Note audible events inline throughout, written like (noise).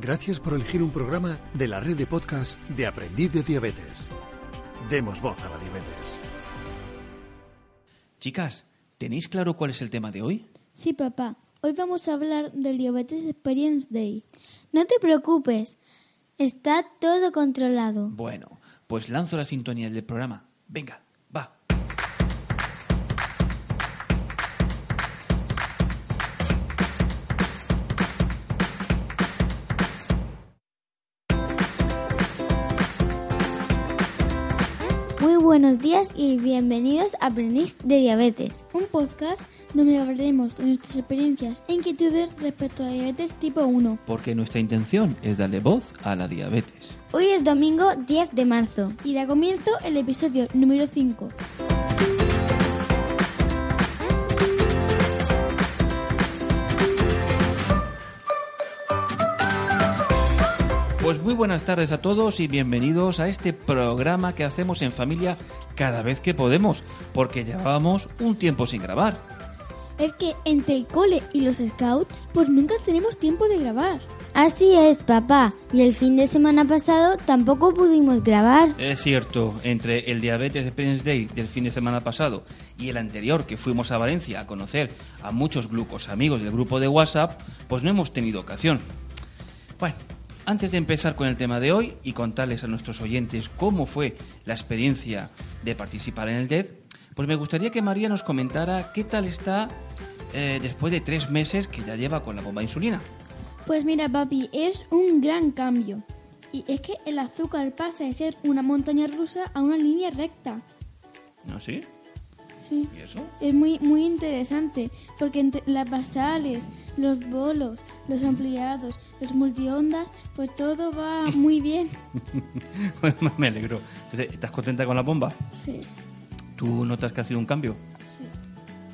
Gracias por elegir un programa de la red de podcast de Aprendiz de Diabetes. Demos voz a la diabetes. Chicas, ¿tenéis claro cuál es el tema de hoy? Sí, papá. Hoy vamos a hablar del Diabetes Experience Day. No te preocupes. Está todo controlado. Bueno, pues lanzo la sintonía del programa. Venga, va. Muy buenos días y bienvenidos a Aprendiz de Diabetes, un podcast donde hablaremos de nuestras experiencias e inquietudes respecto a la diabetes tipo 1. Porque nuestra intención es darle voz a la diabetes. Hoy es domingo 10 de marzo y da comienzo el episodio número 5. Pues muy buenas tardes a todos y bienvenidos a este programa que hacemos en familia cada vez que podemos, porque llevábamos un tiempo sin grabar. Es que entre el cole y los scouts, pues nunca tenemos tiempo de grabar. Así es, papá. Y el fin de semana pasado tampoco pudimos grabar. Es cierto, entre el Diabetes Experience Day del fin de semana pasado y el anterior que fuimos a Valencia a conocer a muchos glucos amigos del grupo de WhatsApp, pues no hemos tenido ocasión. Bueno, antes de empezar con el tema de hoy y contarles a nuestros oyentes cómo fue la experiencia de participar en el DED, pues me gustaría que María nos comentara qué tal está eh, después de tres meses que ya lleva con la bomba de insulina. Pues mira, papi, es un gran cambio. Y es que el azúcar pasa de ser una montaña rusa a una línea recta. ¿No sí? Sí. ¿Y eso? (laughs) Es muy, muy interesante, porque entre las basales, los bolos, los ampliados, los multiondas, pues todo va muy bien. me alegro. Entonces, ¿estás contenta con la bomba? (laughs) Sí, ¿Tú notas que ha sido un cambio? sí.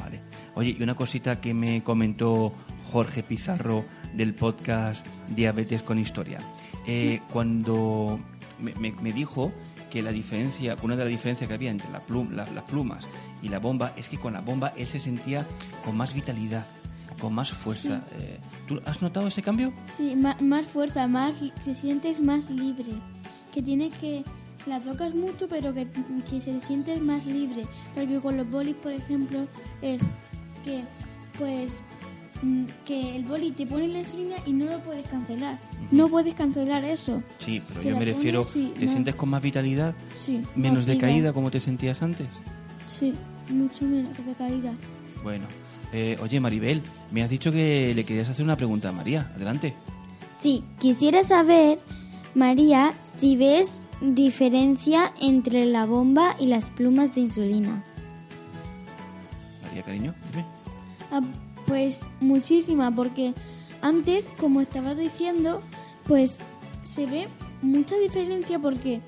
Vale. Oye, y una cosita que me comentó Jorge Pizarro del podcast Diabetes con Historia. Eh, cuando me, me- me dijo que la diferencia, una de las diferencias que había entre la plum- la- las plumas y la bomba es que con la bomba él se sentía con más vitalidad, con más fuerza. Eh, ¿Tú has notado ese cambio? Sí, ma- más fuerza, más li- te sientes más libre. Que tienes que la tocas mucho, pero que, que se sientes más libre. Porque con los bolis, por ejemplo, es que pues mm, que el boli te pone la insulina y no lo puedes cancelar. No puedes cancelar eso. Sí, pero Que yo la me pones refiero, y ¿te no- sientes con más vitalidad? Sí. ¿Menos más libre. decaída como te sentías antes? Sí, mucho menos de caída. Bueno, eh, oye Maribel, me has dicho que le querías hacer una pregunta a María. Adelante. Sí, quisiera saber, María, si ves diferencia entre la bomba y las plumas de insulina. María, cariño, dime. Ah, pues muchísima, porque antes, como estaba diciendo, pues se ve mucha diferencia porque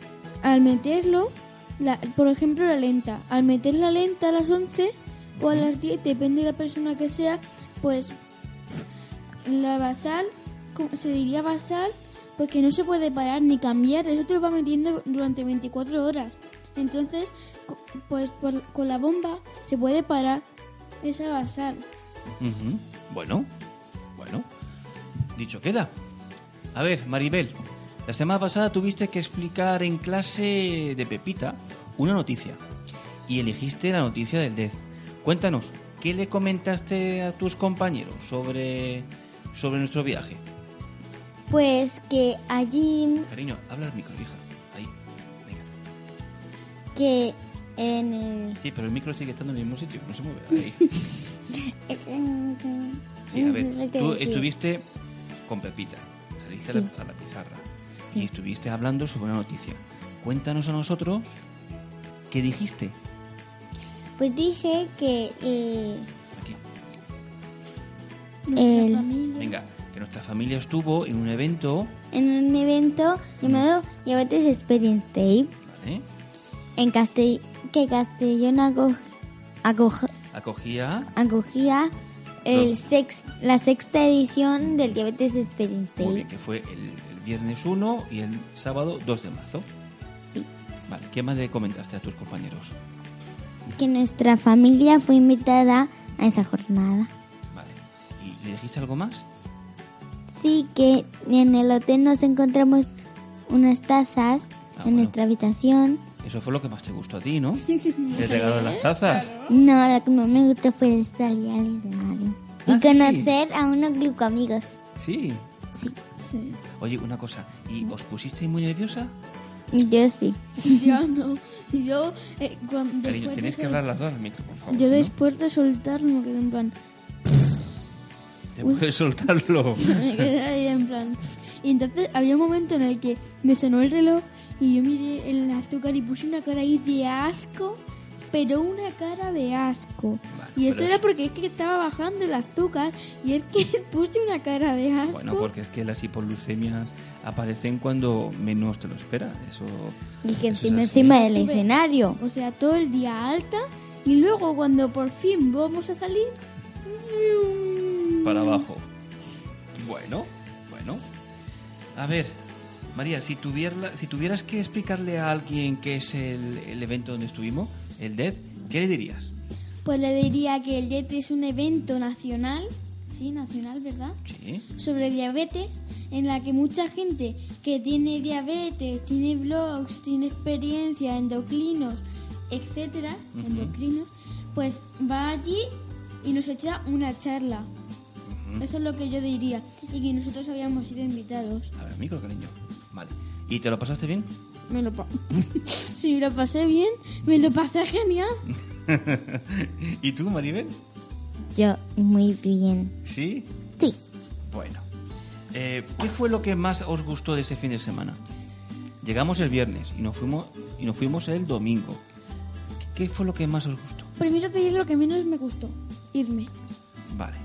al meterlo, la- por ejemplo, la lenta, al meter la lenta a las 11 o a las 10, depende de la persona que sea, pues pf, la basal, co- se diría basal, porque no se puede parar ni cambiar, eso te va metiendo durante 24 horas. Entonces, co- pues por- con la bomba se puede parar esa basal. Ujú. Bueno, bueno. Dicho queda. A ver, Maribel, la semana pasada tuviste que explicar en clase de Pepita una noticia y elegiste la noticia del DEZ. Cuéntanos, ¿qué le comentaste a tus compañeros sobre, sobre nuestro viaje? Pues que allí, Cariño, habla al micro, hija. Ahí, venga. que en el... Sí, pero el micro sigue estando en el mismo sitio, no se mueve. Ahí. Sí, a ver, tú estuviste con Pepita, saliste a, la, a la pizarra y estuviste hablando sobre una noticia. Cuéntanos a nosotros qué dijiste. Pues dije que... eh, Aquí. Nuestra El- familia. Venga, que nuestra familia estuvo en un evento, en un evento llamado Diabetes Experience Day, ¿vale? en Castell que Castellón aco- aco- Acogía acogía el Los- sex la sexta edición del Diabetes Experience muy Day. bien, que fue el, el viernes 1 y el sábado 2 de marzo. Sí. Vale, ¿qué más le comentaste a tus compañeros? Que nuestra familia fue invitada a esa jornada. Vale. ¿Y le dijiste algo más? Así que en el hotel nos encontramos unas tazas Ah, en bueno. nuestra habitación. Eso fue lo que más te gustó a ti, ¿no? El regalo de las tazas. No, lo que más me gustó fue el cereales de Mario. Y Ah, sí. conocer a unos glucoamigos. Sí. Sí. (laughs) Oye, una cosa, ¿y os pusisteis muy nerviosa? Yo sí. Yo no. Yo, eh, cuando, Cariño, después de tenéis que sol- hablar las dos al micro, por favor. Yo si no, después de soltar me quedé en plan... (laughs) Te puedes soltarlo. Me quedé ahí en plan... Y entonces había un momento en el que me sonó el reloj y yo miré el azúcar y puse una cara ahí de asco, pero una cara de asco. Vale, y eso pero era es- porque es que estaba bajando el azúcar y es que (laughs) puse una cara de asco. Bueno, porque es que las hipoglucemias aparecen cuando menos te lo esperas. Eso. Y que eso es encima, así. encima del Estuve- escenario. O sea, todo el día alta y luego cuando por fin vamos a salir... Para abajo. Bueno, bueno. A ver, María, si, tuviera, si tuvieras que explicarle a alguien qué es el, el evento donde estuvimos, el DED, ¿qué le dirías? Pues le diría que el DET es un evento nacional, sí, nacional, ¿verdad? Sí. Sobre diabetes, en la que mucha gente que tiene diabetes, tiene blogs, tiene experiencia, endocrinos, etcétera, Ujú. endocrinos, pues va allí y nos echa una charla. Ujú. Eso es lo que yo diría. Y que nosotros habíamos sido invitados. A ver, micro, cariño. Vale. ¿Y te lo pasaste bien? Me lo pa- (laughs) si me lo pasé bien, me lo pasé genial. (laughs) ¿Y tú, Maribel? Yo muy bien. ¿Sí? Sí. Bueno. Eh, ¿Qué fue lo que más os gustó de ese fin de semana? Llegamos el viernes y nos fuimos, y nos fuimos el domingo. ¿Qué qué fue lo que más os gustó? Primero te diré lo que menos me gustó, irme. Vale.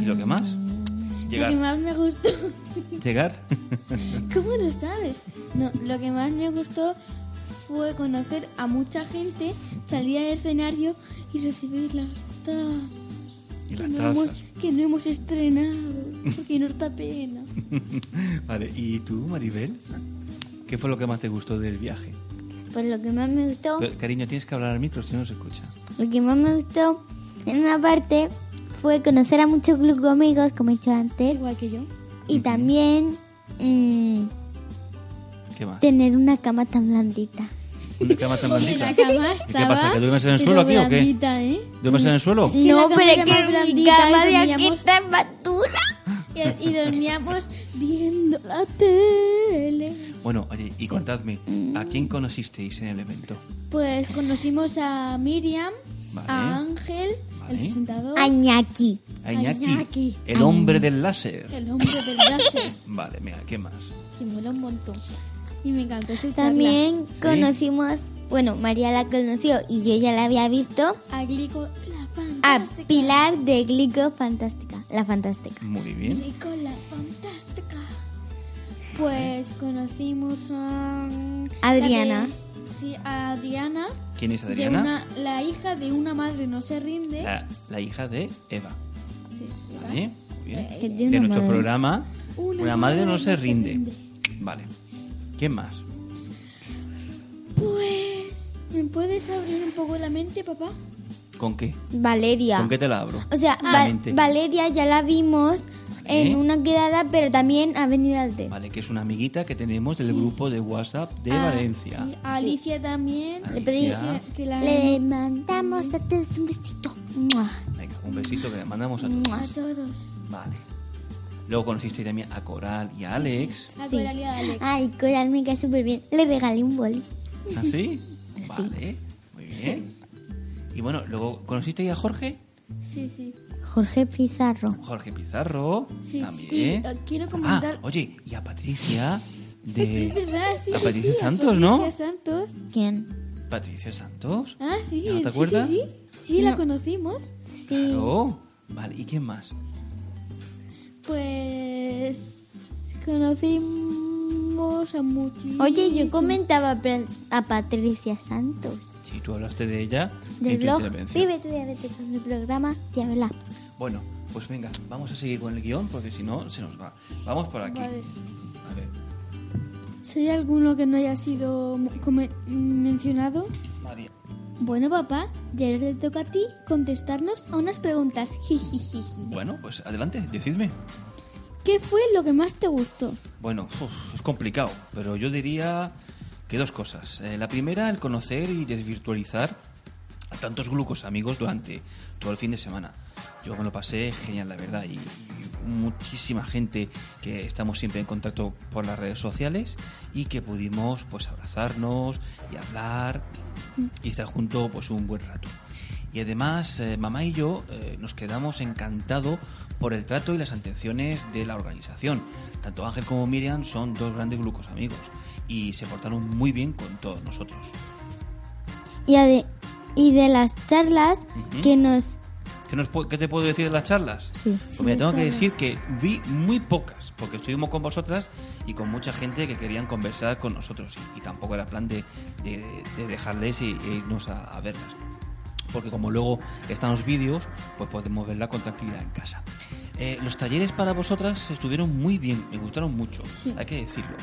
¿Y lo que más? Mm. Lo que Llegar. más me gustó. (laughs) Llegar. (laughs) ¿Cómo lo sabes? No, lo que más me gustó fue conocer a mucha gente, salir al escenario y recibir las tazas. y que, las no hemos, tazas. que no hemos estrenado, porque nos da pena. Vale. ¿Y tú, Maribel? ¿Qué fue lo que más te gustó del viaje? Pues lo que más me Oh. gustó, Pero, cariño, tienes que hablar al micro si no se escucha. lo que más me gustó en una parte fue conocer a muchos glucoamigos, como he dicho antes. Igual que yo. Y también mm, ¿Qué más? tener una cama tan blandita. ¿Una cama (laughs) tan Porque blandita? la cama ¿Y qué estaba... pasa? ¿Que duermes en el pero suelo aquí o qué? blandita, ¿eh? ¿Duermes en el suelo? que la cama era más blandita y dormíamos- está en basura. Y, y dormíamos viendo la tele. Bueno, oye, y contadme, ¿a quién conocisteis en el evento? Pues conocimos a Miriam, Vale. a Ángel, Vale. el presentador. Añaki. A Iñaki, Iñaki. el hombre del láser. El hombre del láser. Vale, mira, ¿qué más? Que mola un montón. Y me encantó su charla. También conocimos, bueno, María la conoció y yo ya la había visto, A Glico, la a fantástica. Pilar de Glico Fantástica, la fantástica. Muy bien. Glico, la fantástica. Pues conocimos a... mm, Adriana. la que- sí, a Adriana. ¿Quién es De Adriana? una, la hija de una madre no se rinde. La, la hija de Eva. Sí, ¿Vale? Muy bien. Que tiene De una nuestro madre. programa, Una madre no se rinde. Vale. ¿Quién más? Pues... ¿Me puedes abrir un poco la mente, papá? ¿Con qué? Valeria. ¿Con qué te la abro? O sea, La Va- mente. Valeria ya la vimos Vale. en una quedada, pero también ha venido al té. Vale, que es una amiguita que tenemos del grupo de WhatsApp de A- Valencia. Ah, sí, a Alicia también. Le pedí- Alicia. Que la- Le mandamos a todos un besito. ¡Mua! Venga, un besito que le mandamos a todos. A todos. Vale. Luego conocisteis también a Coral y a Alex. A Sí. Coral y a Alex. Ay, Coral me cae súper bien. Le regalé un boli. ¿Así? ¿Ah, Vale, muy bien. Y bueno, luego conociste a Jorge, Sí, sí. Jorge Pizarro. Jorge Pizarro, Sí. también. Y, eh, quiero ah, comentar- oye, y a Patricia Es de (laughs) verdad, sí. a sí, Patricia sí, a Eh, Santos, ¿no? Patricia Santos. ¿Quién? Patricia Santos. Ah, sí. ¿No te sí, sí, acuerdas? Sí, sí, la No. conocimos. Claro. Vale, ¿y quién más? Pues. Conocimos a muchísimos. Oye, yo comentaba pra- a Patricia Santos. Sí, tú hablaste de ella Del en tu blog intervención. Vive tu diabetes en el programa Diabela. Bueno, pues venga, vamos a seguir con el guión porque si no se nos va. Vamos por aquí. Vale. A ver. ¿Si hay alguno que no haya sido mo- come- mencionado? María. Bueno, papá, ya ahora te toca a ti contestarnos a unas preguntas. Jijijiji. Bueno, pues adelante, decidme. ¿Qué fue lo que más te gustó? Bueno, uf, es complicado, pero yo diría que dos cosas. Eh, la primera, el conocer y desvirtualizar a tantos glucos amigos durante todo el fin de semana. Yo me lo pasé genial, la verdad, y, y muchísima gente que estamos siempre en contacto por las redes sociales y que pudimos pues abrazarnos y hablar y estar juntos pues un buen rato. Y además, eh, mamá y yo eh, nos quedamos encantados por el trato y las intenciones de la organización. Tanto Ángel como Miriam son dos grandes glucos amigos y se portaron muy bien con todos nosotros. Y, ade- y de las charlas Ujú. que nos... ¿Qué, nos pu- qué te puedo decir de las charlas? Sí. Pues mira, tengo que decir que vi muy pocas, porque estuvimos con vosotras y con mucha gente que querían conversar con nosotros y, y tampoco era plan de, de- de dejarles y, e irnos a, a verlas. Porque como luego están los vídeos, pues podemos verla con tranquilidad en casa. Eh, los talleres para vosotras estuvieron muy bien, me gustaron mucho, Sí. hay que decirlo.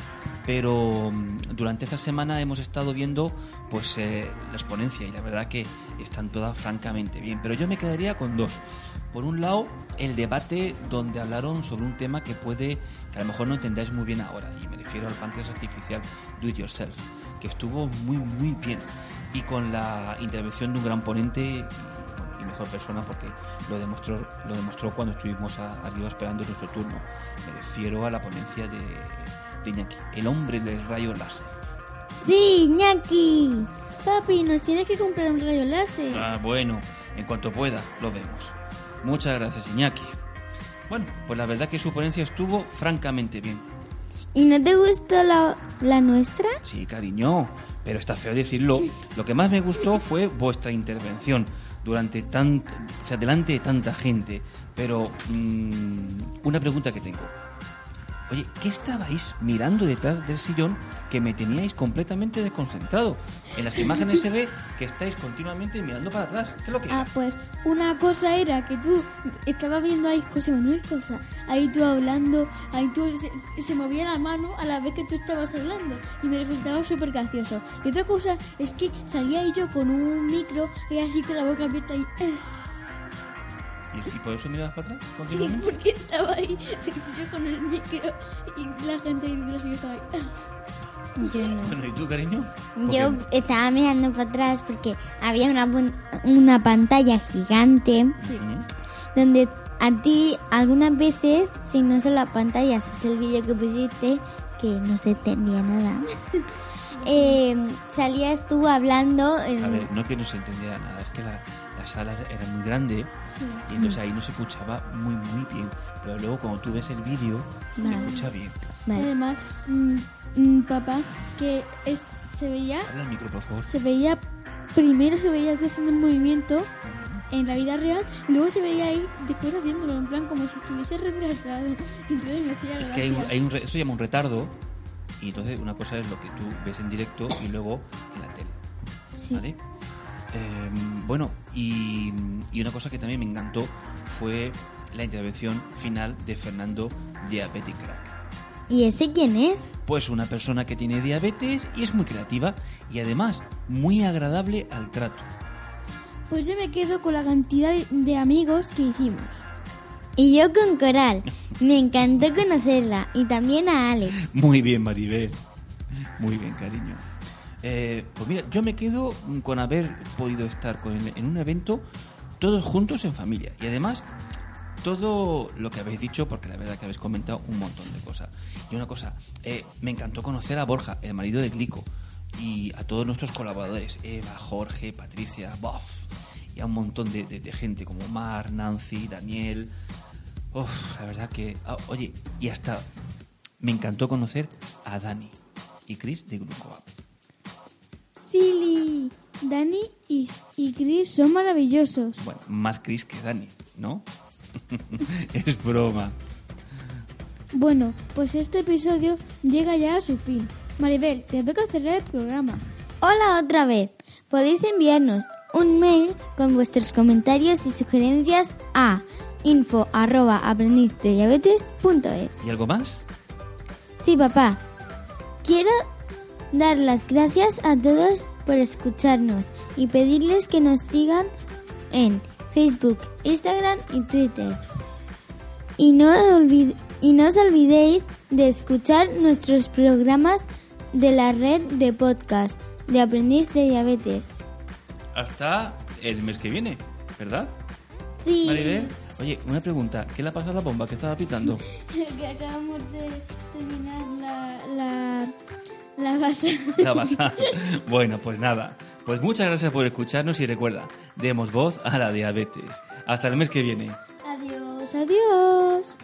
Pero mm, durante esta semana hemos estado viendo pues eh, las ponencias y la verdad que están todas francamente bien. Pero yo me quedaría con dos. Por un lado, el debate donde hablaron sobre un tema que puede, que a lo mejor no entendáis muy bien ahora, y me refiero al páncreas artificial Do It Yourself, que estuvo muy, muy bien. Y con la intervención de un gran ponente y, bueno, y mejor persona, porque lo demostró, lo demostró cuando estuvimos a- arriba esperando nuestro turno. Me refiero a la ponencia de, de Iñaki, el hombre del rayo láser. Sí, ñaki. Papi, nos tienes que comprar un rayo láser. Ah, bueno, en cuanto pueda, lo vemos. Muchas gracias, Iñaki. Bueno, pues la verdad que su ponencia estuvo francamente bien. ¿Y no te gustó la, la nuestra? Sí, cariño, pero está feo decirlo. Lo que más me gustó fue vuestra intervención durante tan, o sea, delante de tanta gente. Pero mm, una pregunta que tengo. Oye, ¿qué estabais mirando detrás del sillón que me teníais completamente desconcentrado? En las imágenes se ve que estáis continuamente mirando para atrás. ¿Qué es lo que era? Ah, pues una cosa era que tú estabas viendo ahí José Manuel Cosa, ahí tú hablando, ahí tú se, se movía la mano a la vez que tú estabas hablando y me resultaba súper gracioso. Y otra cosa es que salía ahí yo con un micro y así con la boca abierta y... (laughs) ¿Y, y por eso mirabas para atrás Sí, continuamente? porque estaba ahí (laughs) yo con el micro y la gente ahí detrás y yo estaba ahí. (laughs) Yo no. Bueno, ¿y tú, cariño? Porque Yo estaba mirando para atrás porque había una, pun- una pantalla gigante ¿Mm? donde a ti algunas veces, si no son las pantallas, es el vídeo que pusiste, que no se (laughs) entendía nada, eh, salías tú hablando... en- A ver, no que no se entendiera nada, es que la, la sala era muy grande y entonces ahí no se escuchaba muy, muy bien. Pero luego cuando tú ves el vídeo, se Vale. escucha bien. Vale. Además, mm, mm, papá, que es- se veía Habla al micro, por favor. se veía primero se veía que haciendo un movimiento en la vida real y luego se veía ahí después haciéndolo en plan como si estuviese retrasado (laughs) entonces me hacía Es gracia que hay, un- hay un, re- eso se llama un retardo y entonces una cosa es lo que tú ves en directo y luego en la tele. Sí. ¿vale? Eh, bueno, y, y una cosa que también me encantó fue la intervención final de Fernando Diabetic Crack. ¿Y ese quién es? Pues una persona que tiene diabetes y es muy creativa y además muy agradable al trato. pues yo me quedo con la cantidad de- de amigos que hicimos Y yo con Coral. Me encantó conocerla y también a Alex. Muy bien, Maribel. Muy bien, cariño. Eh, pues mira, yo me quedo con haber podido estar con en- en un evento todos juntos en familia. Y además, todo lo que habéis dicho, porque la verdad que habéis comentado un montón de cosas. Y una cosa, eh, me encantó conocer a Borja, el marido de Glico, y a todos nuestros colaboradores, Eva, Jorge, Patricia, Buff, y a un montón de, de- de gente como Mar, Nancy, Daniel. Uf, la verdad que... ah, oye, y hasta me encantó conocer a Dani y Chris de Grupo Up. Silly Dani y, y Chris son maravillosos Bueno, más Chris que Dani, ¿no? (laughs) es broma. bueno pues este episodio llega ya a su fin Maribel te toca cerrar el programa Hola otra vez. Podéis enviarnos un mail con vuestros comentarios y sugerencias a info arroba aprendizdediabetes.es. ¿Y algo más? Sí, papá. Quiero dar las gracias a todos por escucharnos y pedirles que nos sigan en Facebook, Instagram y Twitter. Y no, olvid- Y no os olvidéis de escuchar nuestros programas de la red de podcast de Aprendiz de Diabetes. Hasta el mes que viene, ¿verdad? Sí. (laughs) Maribel, oye, una pregunta. ¿Qué le ha pasado a la bomba que estaba pitando? (laughs) que acabamos de terminar la, la, la (laughs) base. La basa. Bueno, pues nada. Pues muchas gracias por escucharnos y recuerda, demos voz a la diabetes. Hasta el mes que viene. Adiós, adiós.